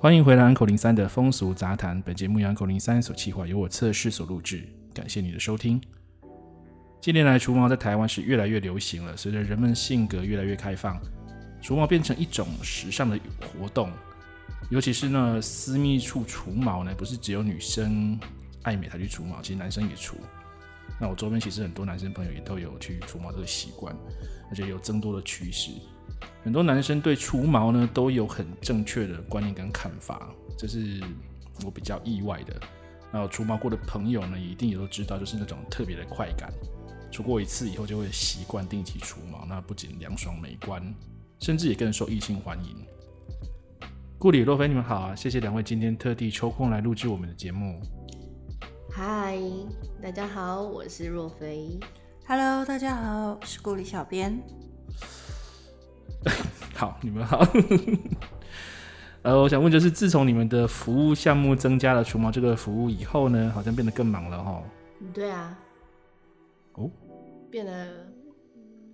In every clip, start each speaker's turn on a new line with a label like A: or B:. A: 欢迎回来 Uncle 零三的风俗杂谈，本节目由 Uncle 零三所企划，由我测试所录制，感谢你的收听。近年来，除毛在台湾是越来越流行了，随着人们性格越来越开放，除毛变成一种时尚的活动。尤其是呢，私密处除毛呢，不是只有女生爱美才去除毛，其实男生也除。那我周边其实很多男生朋友也都有去除毛这个习惯，而且有增多的趋势。很多男生对除毛呢都有很正确的观念跟看法，这是我比较意外的。那有除毛过的朋友呢，也一定也都知道，就是那种特别的快感。除过一次以后，就会习惯定期除毛，那不仅凉爽美观，甚至也更受异性欢迎。顾里、洛菲，你们好啊！谢谢两位今天特地抽空来录制我们的节目。
B: 嗨，大家好，我是若飞。
C: Hello，大家好，我是顾里小编。
A: 好，你们好。 呃，我想问，就是自从你们的服务项目增加了除毛这个服务以后呢，好像变得更忙了哈。
B: 嗯对啊，
A: 哦，
B: 变得嗯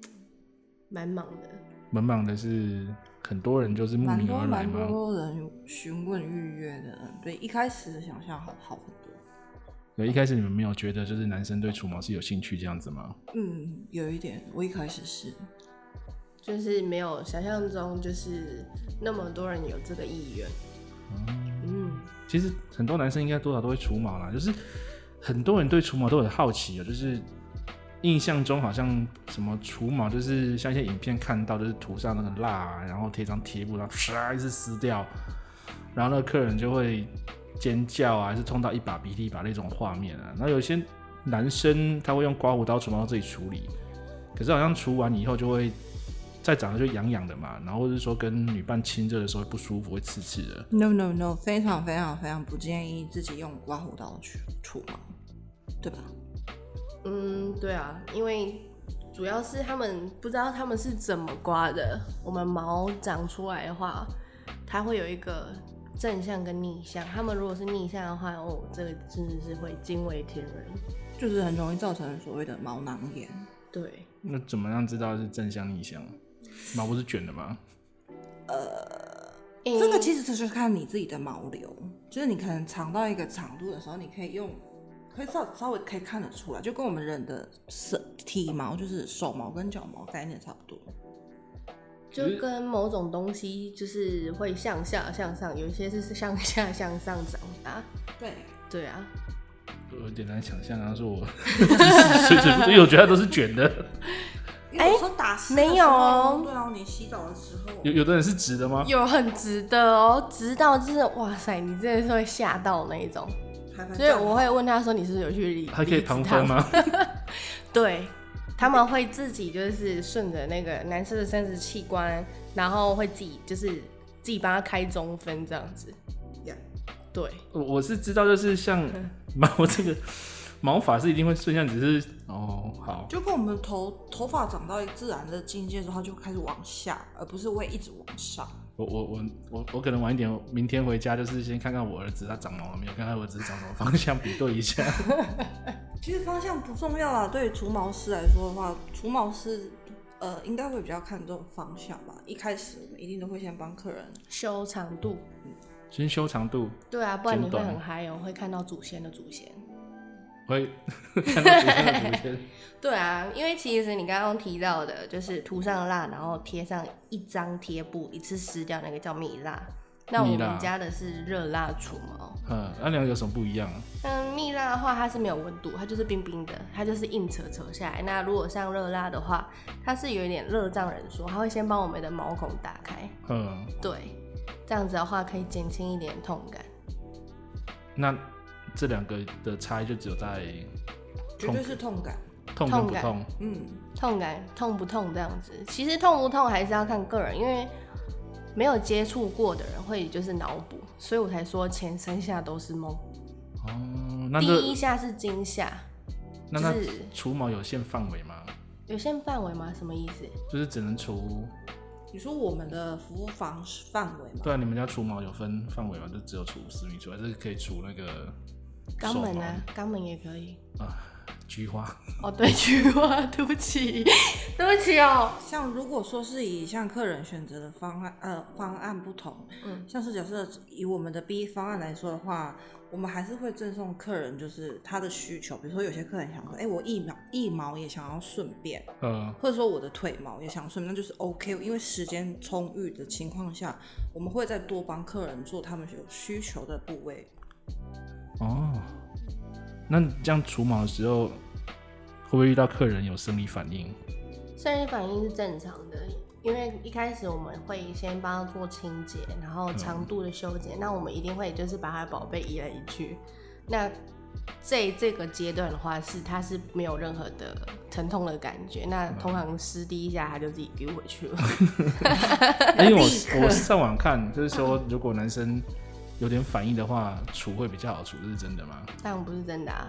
B: 蛮忙的。
A: 蛮忙的是很多人就是慕
C: 蛮
A: 名
C: 多
A: 而来
C: 蛮
A: 吗？
C: 多人询问预约的，对一开始的想象好好很多。
A: 对，一开始你们没有觉得就是男生对除毛是有兴趣这样子吗？
C: 嗯，有一点，我一开始是，
B: 就是没有想象中，就是那么多人有这个意愿。嗯，
A: 其实很多男生应该多少都会除毛啦，就是很多人对除毛都很好奇啊，就是印象中好像什么除毛就是像一些影片看到，就是涂上那个蜡啊，然后贴张贴布，然后唰一次撕掉，然后那个客人就会尖叫啊，还是痛到一把鼻涕一把那种画面啊。那有些男生他会用刮胡刀除毛自己处理，可是好像除完以后就会。再长得就痒痒的嘛，然后或者是说跟女伴亲热的时候会不舒服，会刺刺的。
C: No no no，非常非常非常不建议自己用刮胡刀去除毛，对吧？
B: 嗯，对啊，因为主要是他们不知道他们是怎么刮的。我们毛长出来的话，它会有一个正向跟逆向。他们如果是逆向的话，哦，这个真的是会惊为天人。
C: 就是很容易造成所谓的毛囊炎。
B: 对，
A: 那怎么样知道是正向逆向？毛不是卷的吗？
C: 这个其
B: 实
C: 实就是看你自己的毛流，就是你可能长到一个长度的时候，你可以用，可以稍稍微可以看得出来，就跟我们人的手体毛，就是手毛跟脚毛概念差不多。
B: 就跟某种东西就是会向下向上，有一些是向下向上长大。
C: 对，
B: 对啊，
A: 我有点难想象，然后说我水水不因为我觉 得它都是卷的。
C: 因为有时候打湿的
B: 没有
C: 时候
B: 哦
C: 对啊，你洗澡的时候
A: 有有的人是直的吗？
B: 有很直的哦，直到就是哇塞，你真的是会吓到那一种。
C: 排排
B: 所以
C: 站
B: 我会问他说：“你是不是有去理？”
A: 还可以
B: 理
A: 旁
B: 他
A: 分吗？？
B: 对，他们会自己就是顺着那个男生的生殖器官，然后会自己就是自己帮他开中分这样子。
C: Yeah
B: 对，
A: 我我是知道，就是像 毛这个毛发是一定会顺向，只是哦好，
C: 就跟我们头头发长到一自然的境界之后，它就开始往下，而不是会一直往上。
A: 我我我我我可能晚一点，明天回家就是先看看我儿子他长毛了没有，看看我儿子长什么方向，比对一下。
C: 其实方向不重要啦，对于除毛师来说的话，除毛师呃应该会比较看重方向吧。一开始我们一定都会先帮客人
B: 修长度。
A: 先修长度，
B: 对啊，不然你
A: 剪
B: 会
A: 短
B: 很嗨哦，会看到祖先的祖先。
A: 会看到图片的图片。
B: 对啊，因为其实你刚刚提到的，就是涂上蜡，然后贴上一张贴布，一次撕掉那个叫蜜蜡。那我
A: 蜜蜡
B: 们家的是热蜡除毛。
A: 嗯，那两个有什么不一样啊？
B: 嗯，蜜蜡的话，它是没有温度，它就是冰冰的，它就是硬扯扯下来。那如果像热蜡的话，它是有一点热胀冷缩，它会先帮我们的毛孔打开，
A: 嗯，
B: 对，这样子的话可以减轻一点痛感。
A: 那这两个的差异就只有在
C: 绝对是痛感。
A: 痛跟
B: 痛
A: 不
B: 感
A: 痛。
C: 嗯，
B: 痛感痛不痛这样子，其实痛不痛还是要看个人，因为没有接触过的人会就是脑补，所以我才说前三下都是梦，
A: 哦，那
B: 第
A: 这
B: 一下是惊吓，
A: 那它
B: 就是
A: 除毛有限范围吗？
B: 有限范围吗？什么意思？
A: 就是只能除，
C: 你说我们的服务方式范围嘛？
A: 对啊，你们家除毛有分范围吗？就只有除私密处，还是可以除那个
B: 肛
A: 手
B: 门
A: 毛
B: 啊，肛门也可以。
A: 啊，菊花。
B: 哦，对，菊花，对不起，对不起哦。
C: 像如果说是以像客人选择的方案，呃，方案不同，
B: 嗯
C: 像是假设以我们的 B 方案来说的话，我们还是会赠送客人就是他的需求，比如说有些客人想说，哎、我腋毛腋毛也想要顺便，
A: 嗯，
C: 或者说我的腿毛也想顺便，那就是 OK，因为时间充裕的情况下，我们会再多帮客人做他们有需求的部位。
A: 哦，那你这样除毛的时候，会不会遇到客人有生理反 应？
B: 生理反应是正常的，因为一开始我们会先帮他做清洁，然后长度的修剪，那我们一定会就是把他的宝贝移来移去。那在这个阶段的话，是他是没有任何的疼痛的感觉，那通常湿滴一下他就自己丢回去了。
A: 因为哎我我上网看，就是说如果男生有点反应的话，除会比较好除，这是真的吗？
B: 当然不是真的啊，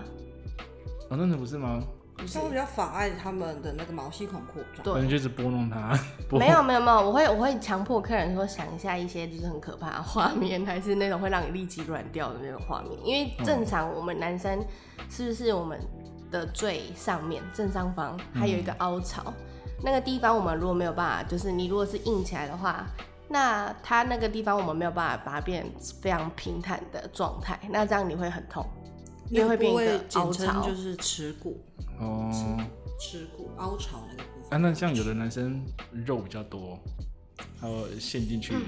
A: 啊，真的不是吗？
B: 不是
C: 这。样比较妨碍他们的那个毛细孔扩张。
B: 对
A: 可能就是拨弄他， 拨
B: 没有没有没有，我会我会强迫客人说想一下一些就是很可怕的画面，还是那种会让你立即软掉的那种画面。因为正常我们男生是不是我们的最上面正上方还有一个凹槽，那个地方我们如果没有办法，就是你如果是硬起来的话，那它那个地方我们没有办法把它变非常平坦的状态，那这样你会很痛，因为会变一
C: 那
B: 个
C: 部位
B: 凹
C: 简称
B: 槽。
C: 就是耻骨，
A: 哦。
C: 耻骨凹槽那个部分。
A: 啊，那像有的男生肉比较多，还有陷进去，
B: 嗯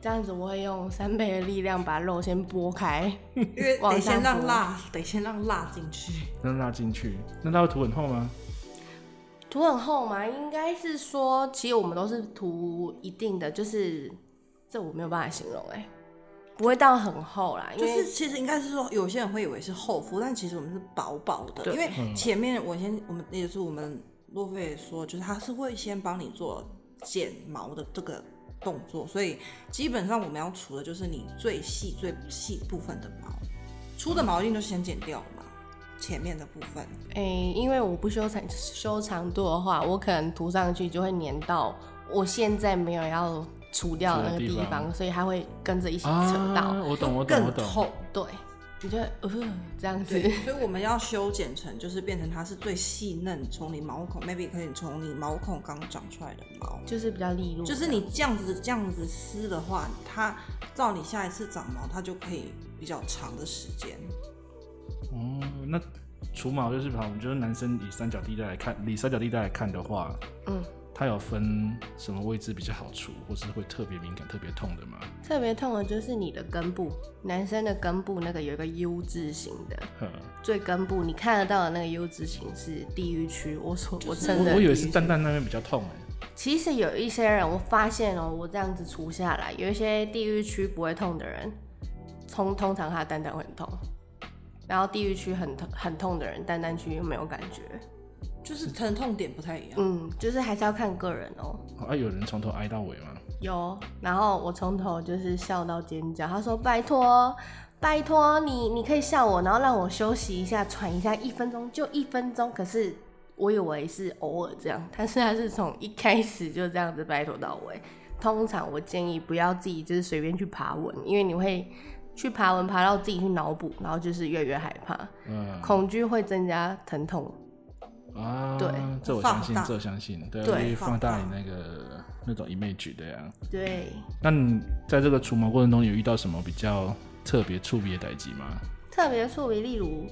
B: 这样子我会用三倍的力量把肉先拨开。
C: 因为得
B: 往上
C: 先让
B: 拨
C: 蜡，得先让蜡进去。
A: 让他进去，那他会涂很厚吗？
B: 涂很厚吗？应该是说，其实我们都是涂一定的，就是这我没有办法形容哎、不会到很厚啦，因
C: 就
B: 为、
C: 是其实应该是说，有些人会以为是厚敷，但其实我们是薄薄的，
B: 对
C: 因为
A: 嗯
C: 前面我先我们也就是我们洛菲也说，就是他是会先帮你做剪毛的这个动作，所以基本上我们要除的就是你最细最细部分的毛，粗的毛一定就先剪掉嘛，前面的部分。
B: 哎、因为我不修长修长度的话，我可能涂上去就会粘到我现在没有要除掉的那个
A: 除的地
B: 地
A: 方
B: 方，所以它会跟着一起扯到。
A: 啊，我懂，我懂，我
C: 更
A: 懂。
C: 厚，
B: 对，你就会呃这样子。
C: 对，所以我们要修剪成，就是变成它是最细嫩，从你毛孔，maybe 可以从你毛孔刚长出来的毛，
B: 就是比较利落，
C: 就是你这样子这样子撕的话，它照你下一次长毛，它就可以比较长的时间。
A: 哦，那除毛就是把我们就是男生以三角地带来看，以三角地带来看的话，
B: 嗯，
A: 它有分什么位置比较好除，或是会特别敏感、特别痛的吗？
B: 特别痛的就是你的根部，男生的根部那个有一个 U 字形的，
A: 呵
B: 最根部你看得到的那个 U 字形是地狱区，我所我真
A: 我
B: 的
A: 我以，为是蛋蛋那边比较痛哎、
B: 其实有一些人，我发现哦、我这样子除下来，有一些地狱区不会痛的人，通通常他的蛋蛋会很痛，然后地狱区很痛很痛的人，蛋蛋区又没有感觉，
C: 就是疼痛点不太一样，
B: 嗯，就是还是要看个人哦、
A: 好啊，有人从头挨到尾吗？
B: 有，然后我从头就是笑到尖叫。他说：“拜托，拜托你，你可以笑我，然后让我休息一下，喘一下，一分钟就一分钟。”可是我以为是偶尔这样，但是他是从一开始就这样子拜托到尾。通常我建议不要自己就是随便去爬文，因为你会去爬文爬到自己去脑补，然后就是越来越害怕，
A: 嗯
B: 恐惧会增加疼痛。
A: 啊，
B: 对
A: 这我相信
C: 放，大
A: 这我相信，对，
C: 对
A: 因为放
C: 放
A: 大
C: 大
A: 你那个那种 image 的呀。
B: 对，
A: 那你在这个除毛过程中，有遇到什么比较特别触别的代际吗？
B: 特别作为例如，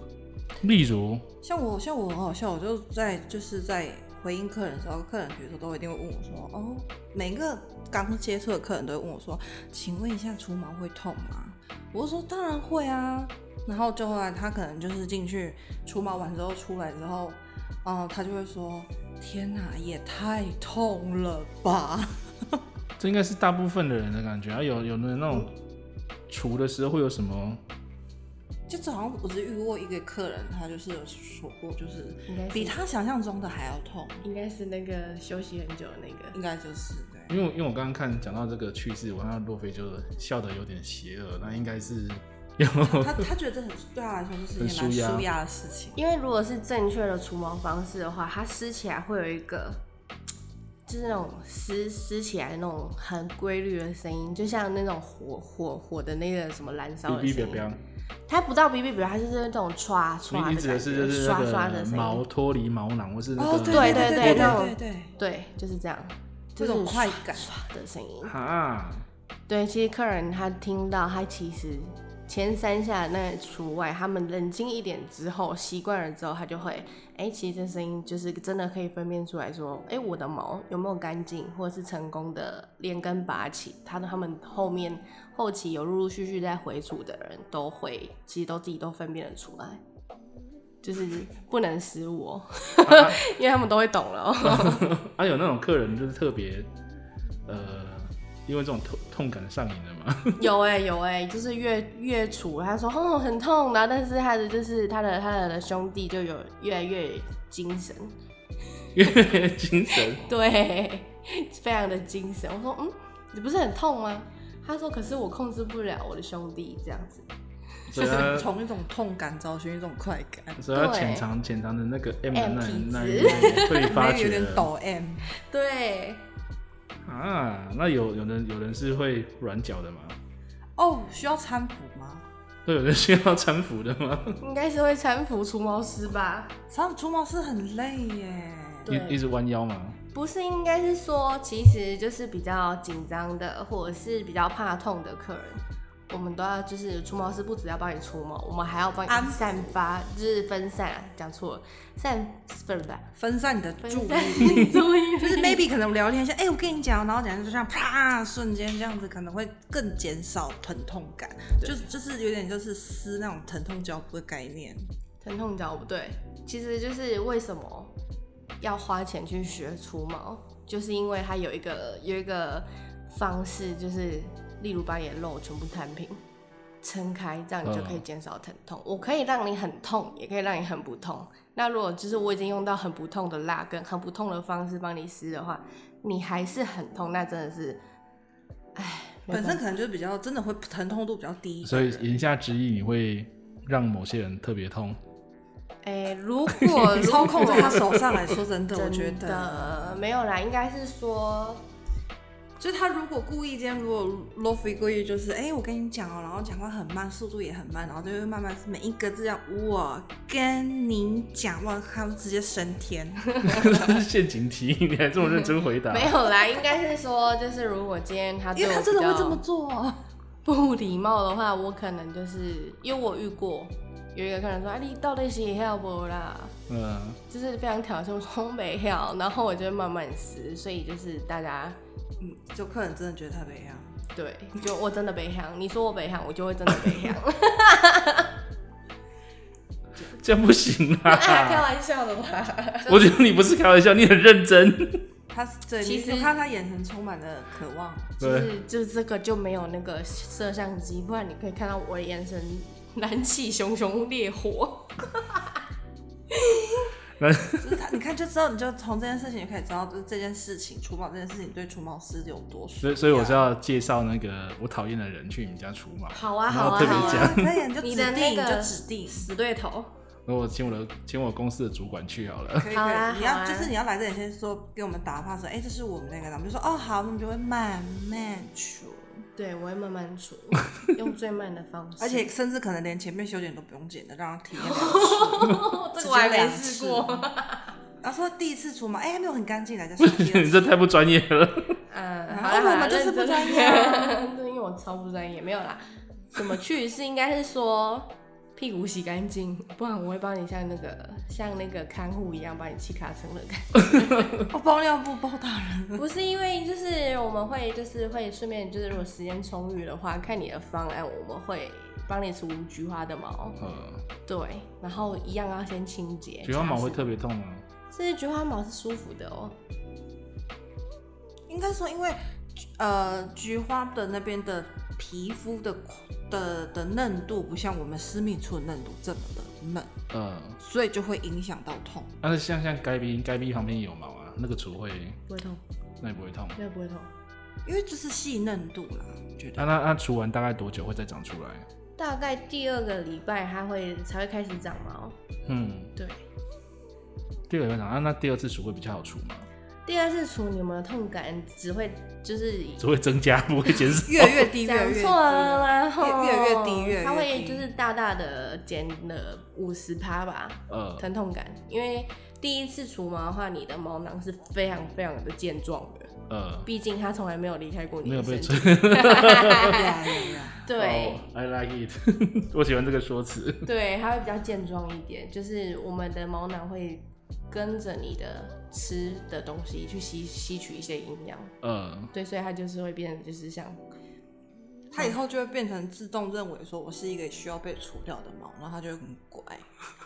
A: 例如，
C: 像我像我很好笑，我就在就是在回应客人的时候，客人比如说都一定会问我说，哦，每个刚接触的客人都会问我说：“请问一下，除毛会痛吗？”我就说：“当然会啊。”然后就后来他可能就是进去除毛完之后出来之后，嗯、他就会说：“天哪，也太痛了吧！”
A: 这应该是大部分的人的感觉啊。有有的人那种除的时候会有什么？
C: 就这好像我只遇过一个客人，他就是有说过，就是
B: 应该是
C: 比他想象中的还要痛，
B: 应该是那个休息很久的那个。
C: 应该就是
A: 因
C: 对。
A: 为我因为我刚刚看讲到这个趣事，我看到洛菲就笑得有点邪恶，那应该是有
C: 他他觉得这很对他来说就是一件
A: 很
C: 蛮
A: 舒压
C: 舒压的事情，
B: 因为如果是正确的除毛方式的话，它撕起来会有一个，就是那种撕撕起来的那种很规律的声音，就像那种火火火的那个什么燃烧的
A: 哔哔
B: 声
A: 哔
B: 音
A: 哔。。
B: 它不到哔哔哔，它就是那种唰
A: 所以
B: 唰
A: 你
B: 的
A: 指的
B: 感
A: 是就
B: 觉，
A: 是
B: 刷
A: 那
B: 刷的
A: 个
B: 声
A: 毛
B: 音。
A: 脱离毛囊，或是那个
C: 哦，对
B: 对
C: 对
B: 对
C: 对
B: 那
C: 对
B: 种
C: 对
A: 啊
C: 对，
B: 对，就是这样，
C: 这种快感
B: 唰的声音。
A: 哈，
B: 对，其实客人他听到，他其实前三下那除外，他们冷静一点之后，习惯了之后，他就会，哎、其实这声音就是真的可以分辨出来说，哎、我的毛有没有干净，或者是成功的连根拔起。他的他们后面后期有陆陆续续在回除的人都会，其实都自己都分辨得出来。就是不能失误 哦，因为他们都会懂了、哦。
A: 还、啊有那种客人就是特别，呃，因为这种痛痛感上瘾的嘛，
B: 有哎、有哎、就是月月除，他说哦很痛然后但是他的就是他的他的兄弟就有越来越精神，
A: 因为精神
B: 对，非常的精神。我说嗯，你不是很痛吗？他说可是我控制不了我的兄弟这样子，
A: 所
C: 就
A: 以他
C: 是从一种痛感找寻一种快感，
A: 所以要
B: 对
A: 潜藏潜藏的那个 M 的
B: M
A: 那
B: 体质
A: 那一面被
C: 那
A: 发
C: 个有
A: 觉
C: 点
A: 了
C: 抖 M，
B: 对，
A: 啊。那有有人有人是会软脚的吗？
C: 哦，需要搀扶吗？
A: 会有人需要搀扶的吗？
B: 应该是会搀扶除毛师吧？
C: 常常除毛是很累耶，
B: 对
A: 一一直弯腰嘛。
B: 不是，应该是说，其实就是比较紧张的，或者是比较怕痛的客人，我们都要就是除毛师不只要帮你除毛，我们还要帮
C: 安
B: 你
C: 抚
B: 散发，就是分散啊，讲错了，散不是不是
C: 分散你的
B: 分
C: 注意
B: 散。
C: 力
B: 注意力，
C: 就是 maybe 可能聊天一下，哎、我跟你讲，然后讲就像啪，瞬间这样子，可能会更减少疼痛感，就就是有点就是撕那种疼痛胶布的概念。
B: 疼痛脚不对，其实就是为什么要花钱去学除毛，就是因为它有一个有一个方式，就是例如把你的肉全部摊平。撑开，这样你就可以减少疼痛。我可以让你很痛，也可以让你很不痛。那如果就是我已经用到很不痛的蜡跟很不痛的方式帮你撕的话，你还是很痛，那真的是，唉，没
C: 本
B: 办
C: 身可能就是比较真的会疼痛度比较低的
A: 所以
C: 人，
A: 言下之意，你会让某些人特别痛。
B: 哎、如 果
C: 操控在他
B: 手。
C: 手上来说，真的，
B: 真
C: 我觉得，
B: 的没有啦，应该是说，
C: 就是他如果故意间，如果 Lofi 故意就是，哎、我跟你讲哦、然后讲话很慢，速度也很慢，然后就会慢慢每一个字这样，我跟你讲，哇，他们直接升天，
A: 这是陷阱题，你还这么认真回答？
B: 没有啦，应该是说，就是如果今天他对
C: 因为
B: 我
C: 他
B: 比
C: 真的会
B: 较
C: 这么做、哦
B: 不礼貌的话，我可能就是因为我遇过有一个客人说，哎、你到底是会晓不啦？
A: 嗯，
B: 就是非常挑衅，我说没晓，然后我就会慢慢撕，所以就是大家
C: 嗯，就客人真的觉得他怎样。
B: 对，就我真的北航，你说我北航，我就会真的北 航，
A: 这样不行
B: 开
A: 啊！
B: 玩笑的吧？
A: 我觉得你不是开玩笑，你很认真。
C: 他是对，
B: 其
C: 其
B: 实
C: 实看他眼神充满了渴望，
B: 就是就是这个就没有那个摄像机，不然你可以看到我的眼神燃起熊熊烈火。
C: 就是他，你看就知道，你就从这件事情就可以知道，就是这件事情除毛这件事情对除毛师有多需
A: 所以，所以我是要介绍那个我讨厌的人去你们家除毛。
B: 好啊，
A: 然
B: 好
A: 后
B: 啊，
A: 特别
B: 好
A: 讲
B: 啊，
C: 可以，你就指
B: 你
C: 定，
B: 的那个
C: 你就指定，
B: 死对头，
A: 那我请我的请我公司的主管去好了。
C: 可以可以，
B: 好啊好
C: 你要
B: 啊
C: 就是你要来这里先说给我们打话说，哎、这是我们那个，然后我们就说哦好，我们就会慢慢除，
B: 对我会慢慢除， 用最慢的方式。
C: 而且甚至可能连前面修剪都不用剪的，让他体验 两次。
B: 这个我还没试
C: 直接 两
B: 过。
C: 然后说第一次除毛，哎、还没有很 干净，来再说第二
A: 你这
C: 次。
A: 太不专业了。
B: 嗯，
C: 啊
B: 好啦好啦
C: 我们就是不
B: 认真
C: 专业啊
B: 对因为我超不专业，没有啦。什么趣事应该是说，屁股洗干净，不然我会帮你像那个像那个看护一样把你气卡成了。
C: 哦，包尿布包大 人，
B: 不是因为就是我们会就是会顺便就是如果时间充裕的话，看你的方案，我们会帮你除菊花的毛，
C: 嗯
A: 呃，
B: 对，然后一样要先清洁。
A: 菊花毛会
B: 擦拭
A: 特别痛吗？
B: 是菊花毛是舒服的哦、
C: 应该说因为呃菊花的那边的皮肤的的的嫩度不像我们私密处的嫩度这么的嫩，
A: 呃，
C: 所以就会影响到痛。
A: 但是像像该逼该逼旁边有毛啊，那个除会
B: 不会痛，
A: 那也不会痛。
B: 那不会痛，
C: 因为就是细嫩度啦，我觉
A: 啊那
C: 得
A: 那那除完大概多久会再长出来？
B: 大概第二个礼拜它会才会开始长毛，
A: 嗯，
B: 对。
A: 第二个礼拜长，那那第二次除会比较好除吗？
B: 第二次除你们的痛感只会就是
A: 只会增加，不会减 少。
C: 越越低越
B: 讲
C: 越低
B: 错了啦，吼
C: 越越越低越
B: 它
C: 越
B: 会
C: 低
B: 就是大大的减了五十趴吧，
A: 呃，
B: 疼痛感，因为第一次除毛的话，你的毛囊是非常非常的健壮的，
A: 呃，
B: 毕竟它从来没有离开过你
A: 没有
B: 的
A: 被
B: 身
A: 吹
B: 体。。
C: 呀呀呀！
B: 对、
A: 哦，I like it，我 喜欢这个说辞。
B: 对，它会比较健壮一点，就是我们的毛囊会跟着你的吃的东西去吸吸取一些营养，
A: 呃，
B: 对，所以它就是会变得就是像
C: 它以后就会变成自动认为说我是一个需要被除掉的毛，然后它就会很乖。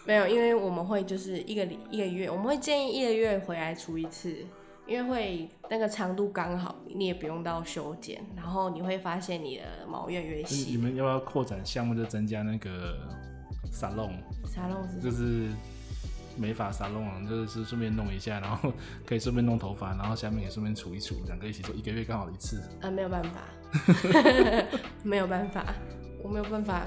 B: 没有，因为我们会就是一个礼一个月，我们会建议一个月回来除一次，因为会那个长度刚好，你也不用到修剪，然后你会发现你的毛越来越
A: 你
B: 细。
A: 们要不要扩展项目，就增加那个 salon，
B: 沙漏是什
A: 就
B: 么
A: 是美发 salon，啊就是顺便弄一下，然后可以顺便弄头发，然后下面也顺便除一除，两个一起做，一个月刚好一次。
B: 啊，没有 办法，没有办法，我没有办法。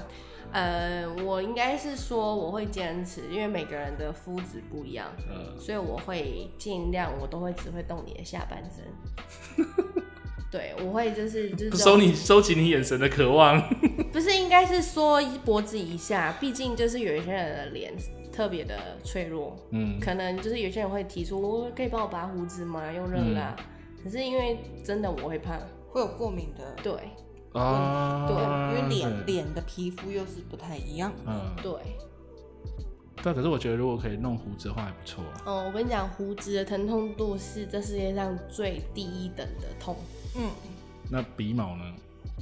B: 呃，我应该是说我会坚持，因为每个人的肤质不一样，
A: 呃，
B: 所以我会尽量，我都会只会动你的下半身。 对，我会就是就是
A: 收你收起你眼神的渴望。
B: 不是，应该是说脖子以下，毕竟就是有一些人的脸特别的脆弱，
A: 嗯，
B: 可能就是有些人会提出，我可以帮我拔胡子吗？用热蜡。
C: 嗯
B: 可是因为真的我会怕，
C: 会有过敏的，
B: 对
A: 啊，
C: 对，因为
A: 对
C: 脸，脸的皮肤又是不太一样。
A: 嗯，啊
B: 对，
A: 但可是我觉得如果可以弄胡子的话，还不错。啊
B: 嗯，我跟你讲，胡子的疼痛度是这世界上最低一等的痛，
C: 嗯，
A: 那鼻毛呢？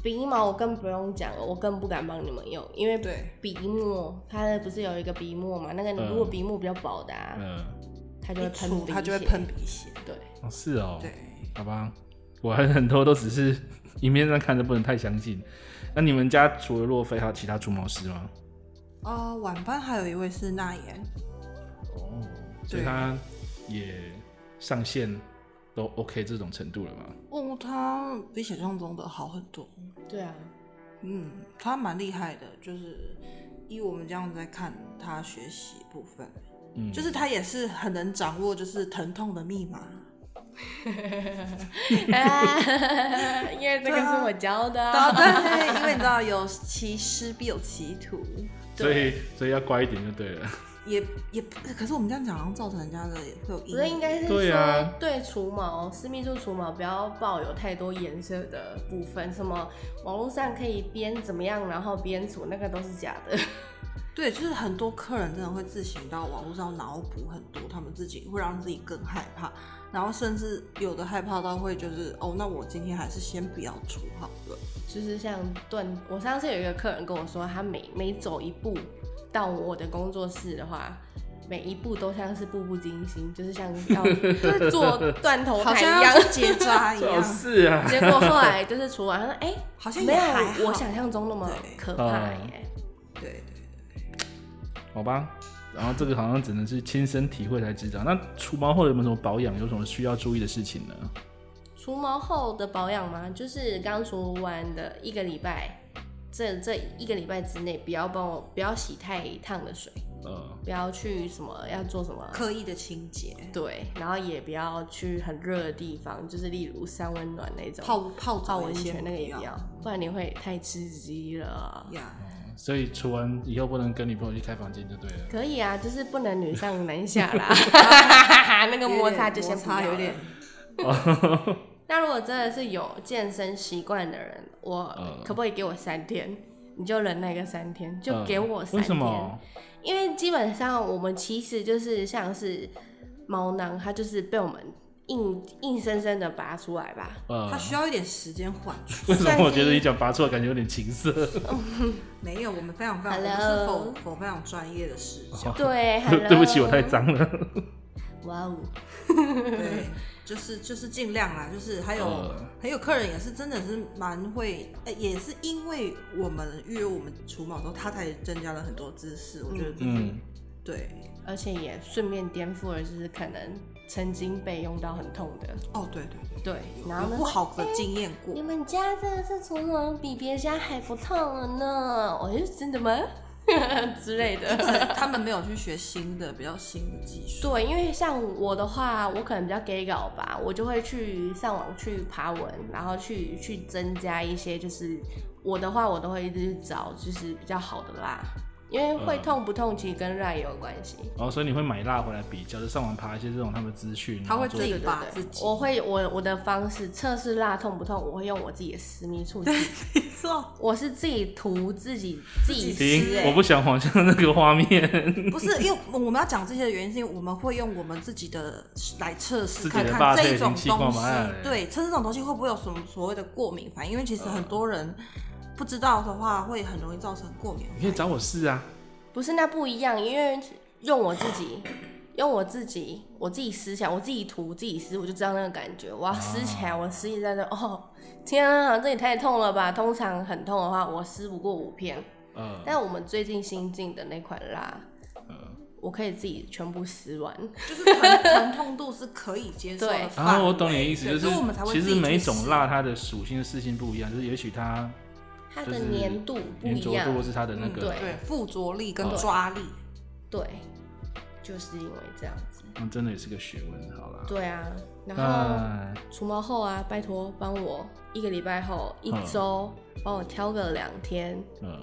B: 鼻毛我更不用讲了，我更不敢帮你们用，因为
C: 对
B: 鼻沫，它的不是有一个鼻沫嘛？那个你
A: 嗯
B: 如果鼻沫比较薄的、啊，
A: 呃，
B: 它就会
C: 一
B: 喷
C: 除
B: 鼻血，
C: 它就会喷鼻血。
B: 对。
A: 哦是哦，
C: 对，
A: 好吧，我还很多都只是 一面上看着，不能太相信。那你们家除了洛菲，还有其他除毛师吗？
C: 啊，晚班还有一位是那言，
A: 哦，所以
C: 对
A: 他也上线都 OK 这种程度了吗？
C: 哦，他比想象中的好很多。
B: 对啊，
C: 嗯，他蛮厉害的，就是以我们这样子在看他学习部分，
A: 嗯，
C: 就是他也是很能掌握就是疼痛的密码。
B: 啊 因为这个是我教的啊、
C: 啊， 对，因为你知道有其师必有其途，
A: 所以所以要乖一点就对了。
C: 也也不可是我们这样讲，好像造成人家的也会有
B: 我觉得
C: 阴
B: 应
C: 影。
B: 该是
A: 对啊
B: 说对除毛、私密处除毛不要抱有太多颜色的部分，什么网络上可以边怎么样，然后边除，那个都是假的。
C: 对，就是很多客人真的会自行到网络上脑补很多，他们自己会让自己更害怕，然后甚至有的害怕到会就是哦，那我今天还是先不要除好了。
B: 就是像断，我上次有一个客人跟我说，他每每走一步到我的工作室的话。每一步都像是步步惊心，就是像 要做断头
C: 好
B: 台一
C: 像
B: 样
C: 要。结扎一
A: 最好
C: 样。
A: 是啊，
B: 结果后来就是除完，他说：“哎、
C: 好像也
B: 没有
C: 还好
B: 我想象中那么
C: 对
B: 可怕
A: 嗯
B: 耶。
C: 对
A: 好吧。然后这个好像只能是亲身体会才知道。那除毛后有没有什么保养，有什么需要注意的事情呢？
B: 除毛后的保养吗？就是刚除完的一个礼拜，这这一个礼拜之内，不要帮我不要洗太烫的水，
A: 呃，
B: 不要去什么要做什么，
C: 刻意的清洁，
B: 对，然后也不要去很热的地方，就是例如三温暖那种
C: 泡泡澡
B: 泡
C: 的
B: 温
C: 先
B: 泉那个也
C: 不
B: 不
C: 要
B: 要，不然你会太刺激了。
C: 呀。
A: 所以除完以后不能跟女朋友去开房间就对了。
B: 可以啊，就是不能女上男下 啦， 那个摩擦就先
C: 摩
B: 不要
C: 擦
B: 了
C: 有点。
A: 嗯
B: 那如果真的是有健身习惯的人，我可不可以给我三天？你就忍耐个三天，就
A: 呃
B: 给我三
A: 为什
B: 天。
A: 么？
B: 因为基本上我们其实就是像是毛囊，它就是被我们硬硬生生的拔出来 吧。
A: 呃
C: 它，需要一点时间缓 冲。
A: 为什么我觉
B: 算
A: 得
B: 是
A: 你讲拔错，感觉有点情色？
C: 没有，我们非常非常，我们
B: Hello
C: 是否否非常专业的视角。
B: 对 ，hello
A: 对不起，我太。脏了。
B: 哇哦，
C: 对，就是就是尽量啦，就是还有、
A: 呃
C: 还有客人也是真的是蛮会，呃也是因为我们约我们除毛之后，他才增加了很多知识。我觉得这是、
A: 嗯，
C: 对
B: 而且也顺便颠覆了，就是可能曾经被用到很痛的，
C: 哦，对对对，
B: 对。然后
C: 有
B: 呢
C: 不？好的经验过
B: 你。们家真的是除毛比别家还不痛了呢？我、是真的吗？ 之类 的。
C: 呃他们没有去学新的、比较新的技术。
B: 对，因为像我的话，我可能比较 gay 搞吧，我就会去上网去爬文，然后去去增加一些，就是我的话，我都会一直去找就是比较好的啦，因为会
A: 嗯
B: 痛不痛其实跟辣也有关系。
A: 哦，所以你会买辣回来比较，就上网爬一些这种他们的资讯，
C: 他
A: 然后
C: 会
A: 做
C: 自己
B: 对对
C: 把
B: 对
C: 自己
B: 我会我我的方式测试辣痛不痛，我会用我自己的私密处去，
C: 没错，
B: 我是自己涂自己自己
C: 自
B: 吃、
C: 己吃
A: 停，
B: 欸，
A: 我不想想象那个画面。
C: 不是因为我们要讲这些的原因，是因为我们会用我们自己的来测
A: 自己
C: 试
A: 的
C: 看
A: 发
C: 看
A: 配
C: 这一种
A: 灵气
C: 东
A: 光
C: 西
A: 芒哎，
C: 对，测试这种东西会不会有什么所谓的过敏反应？因为其实
A: 嗯
C: 很多人不知道的话，会很容易造成过敏。
A: 你可以找我试啊，
B: 不是那不一样，因为用我自己，用我自己，我自己撕起来，我自己涂，自己撕，我就知道那个感觉。
A: 啊
B: 我要撕起来，我撕一下就哦，天啊，这也太痛了吧！通常很痛的话，我撕不过五片，
A: 呃
B: 但我们最近新进的那款啦，
A: 呃，
B: 我可以自己全部撕完。
C: 就是疼 疼痛度是可以接受
B: 对
C: 的
A: 然
C: 范围。
A: 啊后我懂你的意思，
C: 对
A: 就
C: 所以我们才
A: 是
C: 会
A: 其
C: 自
A: 实
C: 己
A: 每一
C: 去
A: 种
C: 试
A: 辣它的属性的事情不一样，就是也许它
B: 它
A: 就
B: 的
A: 是
B: 粘度不
A: 粘
B: 一
A: 着
B: 样
A: 度，或是它的那
B: 嗯
A: 个，哦
C: 对附着力跟
B: 对
C: 抓力，
B: 对，就是因为这样子。
A: 嗯，真的也是个学问，好啦。
B: 对啊，
A: 哎
B: 然后。
A: 那
B: 除毛后啊，拜托帮我一个礼拜后、一
A: 嗯
B: 周帮我挑个两天，
A: 呃，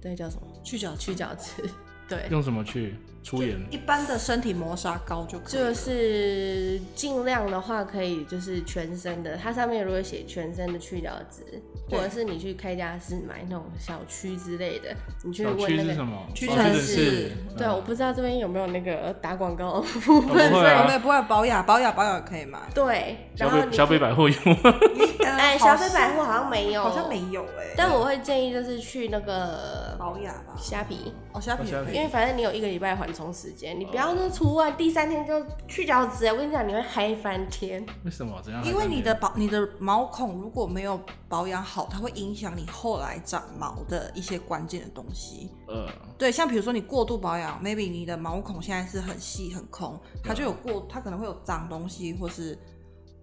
B: 对，叫什么？去角去角质， 对，
A: 用什么去出演？
C: 一般的身体磨砂膏就可以了。
A: 哦
B: 就是尽量的话可以就是全身的，它上面如果写全身的去角质，或
C: 对
B: 者是你去开家市买那种小区之类的，你去
A: 小
B: 问
A: 区
B: 那
A: 是什
B: 个。
A: 么？
C: 屈
A: 哦
C: 臣
A: 屈
C: 氏
A: 嗯
B: 对，我不知道这边有没有那个打广告的部
A: 不会
B: 分，
A: 啊
B: 所以
C: 不会不会，保养保养保养可以吗？
B: 对，
A: 小
B: 然后
A: 北
B: 你
A: 小北
B: 去
A: 百货有吗，
B: 哎
C: 哎
B: 小飞百货好像没有
C: 好像没有哎。
B: 但我会建议就是去那个
C: 保养吧，
B: 虾皮，
C: 哦，虾皮也
A: 虾
C: 可
A: 皮
C: 以
B: 因为反正你有一个礼拜缓冲时间，你不要就是除完第三天就去角质，我跟你讲，你会嗨翻天。
A: 为什么？怎样？
C: 因为你的保你的毛孔如果没有保养好，它会影响你后来长毛的一些关键的东西。
A: 呃，
C: 对，像比如说你过度保养，maybe 你的毛孔现在是很细很空，它就有过，它可能会有脏东西或是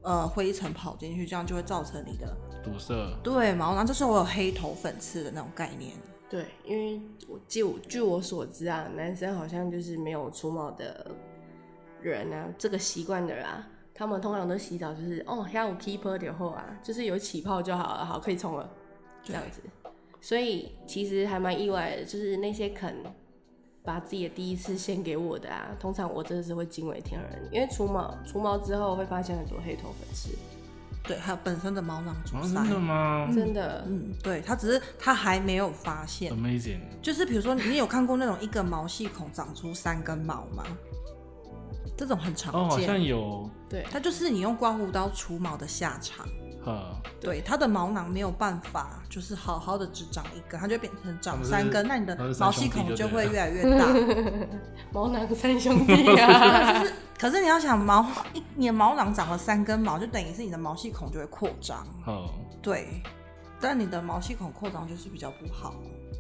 C: 呃灰尘跑进去，这样就会造成你的
A: 堵塞，
C: 对毛囊，这时候我有黑头粉刺的那种概念。
B: 对，因为我据我据我所知啊，男生好像就是没有除毛的人啊，这个习惯的人啊，他们通常都洗澡就是哦，下午 keeper 点后啊，就是有起泡就好了，好可以冲了，这样子。所以其实还蛮意外的，就是那些肯把自己的第一次献给我的啊，通常我真的是会惊为天人，因为除毛除毛之后会发现很多黑头粉刺，
C: 对，还有本身的毛囊阻
A: 啊，
C: 塞。
A: 真的吗
B: 真的，
C: 嗯，对，它只是它还没有发现。
A: ？Amazing，
C: 就是比如说，你有看过那种一个毛细孔长出三根毛吗？这种很
A: 哦，
C: 常
A: 好像
C: 见，
A: 有，
B: 对，
C: 它就是你用刮胡刀除毛的下场。
A: 呃，
C: 对，它的毛囊没有办法，就是好好的只长一根，它就变成长三根，
A: 它
C: 那
A: 们是
C: 你的
A: 它是三
C: 毛细
A: 兄弟
C: 孔
A: 就
C: 就
A: 对
C: 会
A: 了
C: 越来越大。
B: 毛囊三兄弟啊，
C: 可是你要想毛，一你的毛囊长了三根毛，就等于是你的毛细孔就会扩张。
A: 好，
C: 对，但你的毛细孔扩张就是比较不好，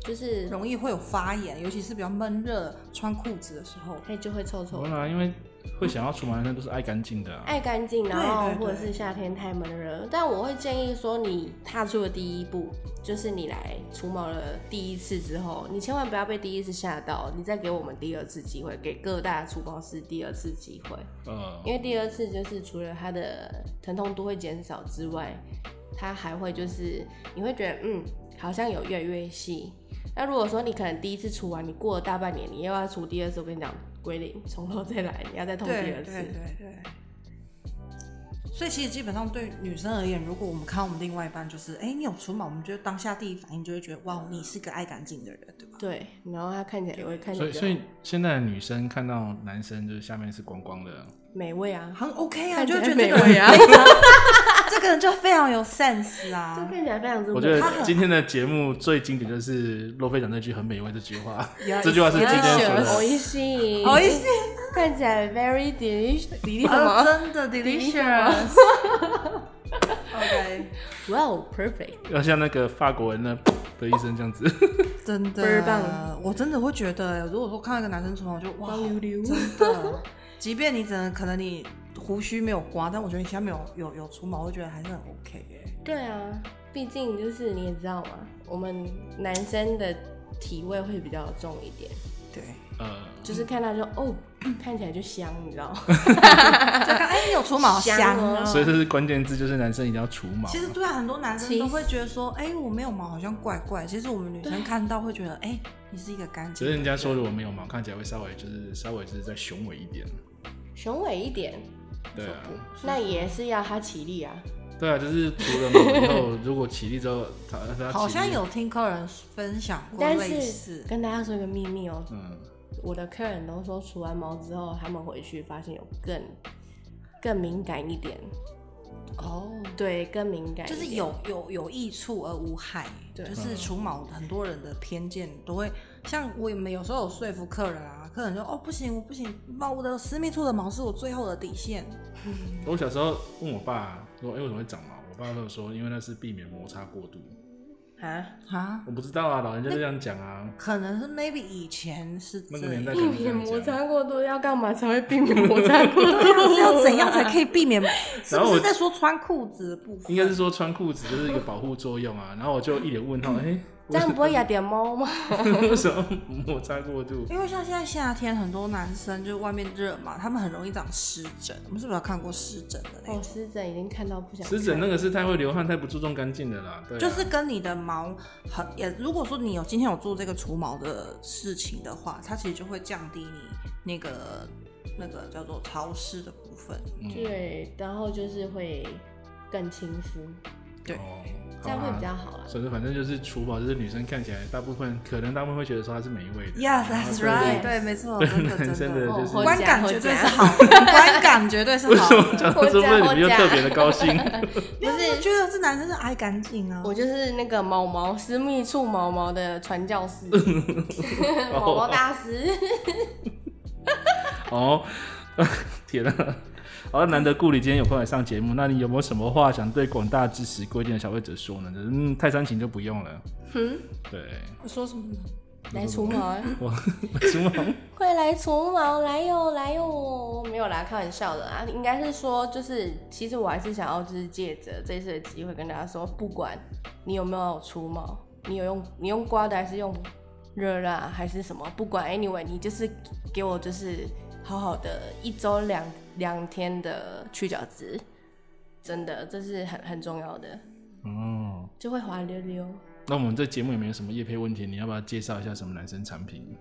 B: 就是
C: 容易会有发炎，尤其是比较闷热，穿裤子的时候。
B: 它就会臭臭
A: 当
B: 的。
C: 啊
A: 然，因为会想要除毛的人都是爱干净的啊，
B: 爱干净，然后
C: 对对
B: 或
C: 对
B: 者是夏天太闷热，但我会建议说，你踏出的第一步就是你来除毛了第一次之后，你千万不要被第一次吓到，你再给我们第二次机会，给各大除毛师第二次机会，
A: 呃
B: 因，为第二次就是除了它的疼痛度会减少之外，它还会就是你会觉得嗯，好像有越来越细。那如果说你可能第一次除完，你过了大半年，你又要除第二次，我跟你讲归零，从头再来，你要再痛第
C: 对
B: 二
C: 对
B: 次。
C: 对对，所以其实基本上对女生而言，如果我们看我们另外一半就是，哎、你有除毛，我们觉得当下第一反应就会觉得，哇，你是个爱干净的人，对吧？
B: 对，然后他看起来也会看起
A: 所以，所
B: 来
A: 以现在的女生看到男生就是下面是光光的，
C: 嗯
B: 美味啊，
C: 很 OK 啊，
B: 看起
C: 就
B: 来
C: 会觉得这个
B: 美味
C: 人
B: 啊
C: 非常，这个人就非常有 sense
B: 这
C: 啊，
B: 看起来非常之
A: 我
B: 美
A: 觉
B: 味。
A: 得今天的节目最经典就是洛菲讲那 句很美味这句话
C: Yes，，
A: 这句话是今天说
C: yes
B: 美
A: 的。
B: 味しい，
C: 好意思，
B: 看起来 very delicious，delicious 什
C: 啊
B: 么
C: 真的 delicious
B: ？delicious。
C: OK，
B: Wow, perfect！
A: 要像那 个法国人呢的一声这 样子，
C: 真
B: 倍儿
C: 的
B: 棒，
C: 我真的会觉得，如果说看到一个男生除毛，我就哇，
B: 光溜溜
C: 真的， 即便你只能可能你胡须没有刮，但我觉得你下面有有有除毛，我觉得还是很 OK 耶、
B: 对啊，毕竟就是你也知道嘛，我们男生的体味会比较重一点，
C: 对，
A: 呃，
B: 就是看他就哦， 看起来就香，你知道吗？
C: 就看哎、你有除毛
B: 香
C: 香
B: 哦
C: 哦。
A: 所以这是关键字，就是男生一定要除毛。
C: 其实对啊，很多男生都会觉得说，哎、我没有毛好像怪怪。其实我们女
B: 啊
C: 生看到会觉得，哎、你是一个干
A: 只
C: 净
A: 是
C: 的。
A: 人家说如果没有毛，看起来会稍微就是稍微就是再雄伟一点。
B: 雄伟一点，
A: 对啊，
B: 那也嗯是要他起立啊。
A: 对啊，就是除了毛以后，如果起立之后，他他
C: 好
A: 起
C: 像
A: 立
C: 有听客人分享过
B: 但是
C: 类似，
B: 跟大家说一个秘密哦，
A: 嗯，
B: 我的客人都说除完毛之后，他们回去发现有更更敏感一点，
C: 哦，
B: 对，更敏感一点，
C: 就是有有有益处而无害，
B: 对
A: 嗯
C: 就是除毛很多人的偏见都会，像我们有时候有说服客人啊，客人说哦不行我不行，毛我的私密处的毛是我最后的底线，
A: 我小时候问我爸说，哎、为什么会长毛？我爸跟我说，因为那是避免摩擦过度。
B: 啊，
C: 啊，
A: 我不知道啊，老人家就这样讲啊。
C: 可能是 maybe 以前是
A: 那
C: 这样，
A: 个年代
B: 避免摩擦过度要干嘛才会避免摩擦过度？
C: 对啊 是要 怎样才可以避免？是
A: 然后
C: 不
A: 我
C: 是在说穿裤子的部分？
A: 应该是说穿裤子就是一个保护作用啊。然后我就一脸问号，哎、
B: 这样不会养点猫吗？
A: 为什么 摩擦过度？
C: 因为像现在夏天，很多男生就外面热嘛，他们很容易长湿疹。我们是不是有看过湿疹的那
B: 哦，
C: 种？
B: 湿疹已经看到不想看
A: 湿疹那个是太会流汗，太不注重干净的啦。对啊、
C: 就是跟你的毛很也，如果说你有今天有做这个除毛的事情的话，它其实就会降低你那个那个叫做潮湿的 部分。
A: 嗯
B: 对，然后就是会更亲肤，
C: 对
A: 哦，
B: 这样会比较
A: 好
B: 好啦
A: 啦。。所以反正就是除毛，就是女生看起来大部分可能大部分会觉得说它是美味的。
C: Yes,
A: 然后
C: that's
A: 对
C: right。对，没错，
A: 对
C: 真的
A: 男
C: 真
A: 生的
C: 的，
A: 就是
B: 哦
C: 观感绝对是 好的，观感绝对是
A: 为
C: 好
A: 什么 讲
C: 的。
A: 到这部分你们就特别的高兴？
C: 不是觉得这男生是爱干净啊？
B: 我就是那个毛毛私密处毛毛的传 教士，毛毛大师。
A: 哦， 天啊！好，难得顾里今天有空来上节目，那你有没有什么话想对广大支持规定的消费者说呢？就是嗯，泰山情就不用了。
C: 嗯
A: 对，
C: 我说什么呢？
B: 来除毛啊，
A: 我 什么？
B: 快来除毛，来哟来哟！没有啦，开玩笑的啊，应该是说，就是其实我还是想要，就是借着这次的机会跟大家说，不管你有没有除毛，你有用你用刮的还是用热蜡还是什么，不管 anyway，你就是给我就是好好的一周两两天的去角质，真的这是很很重要的，
A: 哦，
B: 就会滑溜溜。
A: 那我们这节目有没有什么叶配问题？你要不要介绍一下什么男生产品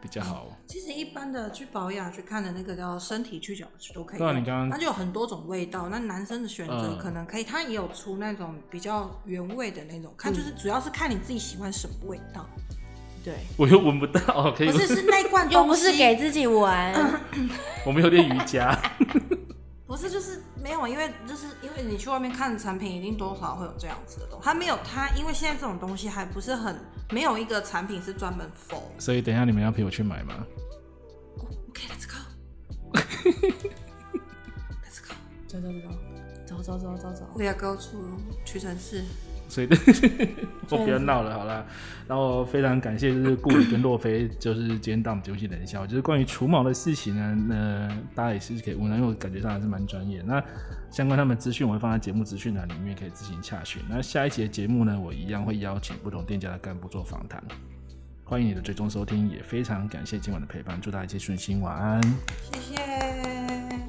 A: 比较好？
C: 其实一般的去保养去看的那个叫身体去角质都可以
A: 对
C: 用，
A: 啊你刚刚
C: 它就有很多种味道。那男生的选择
A: 嗯
C: 可能可以，它也有出那种比较原味的那种，
A: 嗯
C: 看就是主要是看你自己喜欢什么味道，
B: 对，
A: 我 又闻不到，哦可以
C: 不
A: 闻
C: 是是那 罐
B: 又
C: 东
B: 不
C: 西，
B: 是给自己 玩，
A: 我们有点瑜伽，
C: 不是就是没有，因为就是因为你去外面看产品，一定多少会有这样子的东西。它没有它，因为现在这种东西还不是很没有一个产品是专门 for。
A: 所以等一下你们要陪我去买吗？
C: OK，let's、go，let's go，
B: 走走走走走走走走。
C: 我也 go to 屈臣氏。
A: 所以 我不要闹了，好啦。然后非常感谢就是顾里跟洛菲，就是今天到我们节目去冷笑，就是关于除毛的事情呢，呃，大家也是可以问啊，因为我感觉上还是蛮专业。那相关他们资讯我会放在节目资讯栏里面，可以自行洽询。那下一节节目呢，我一样会邀请不同店家的干部做访谈。欢迎你的追踪收听，也非常感谢今晚的陪伴，祝大家一切顺心，晚安。
C: 谢谢。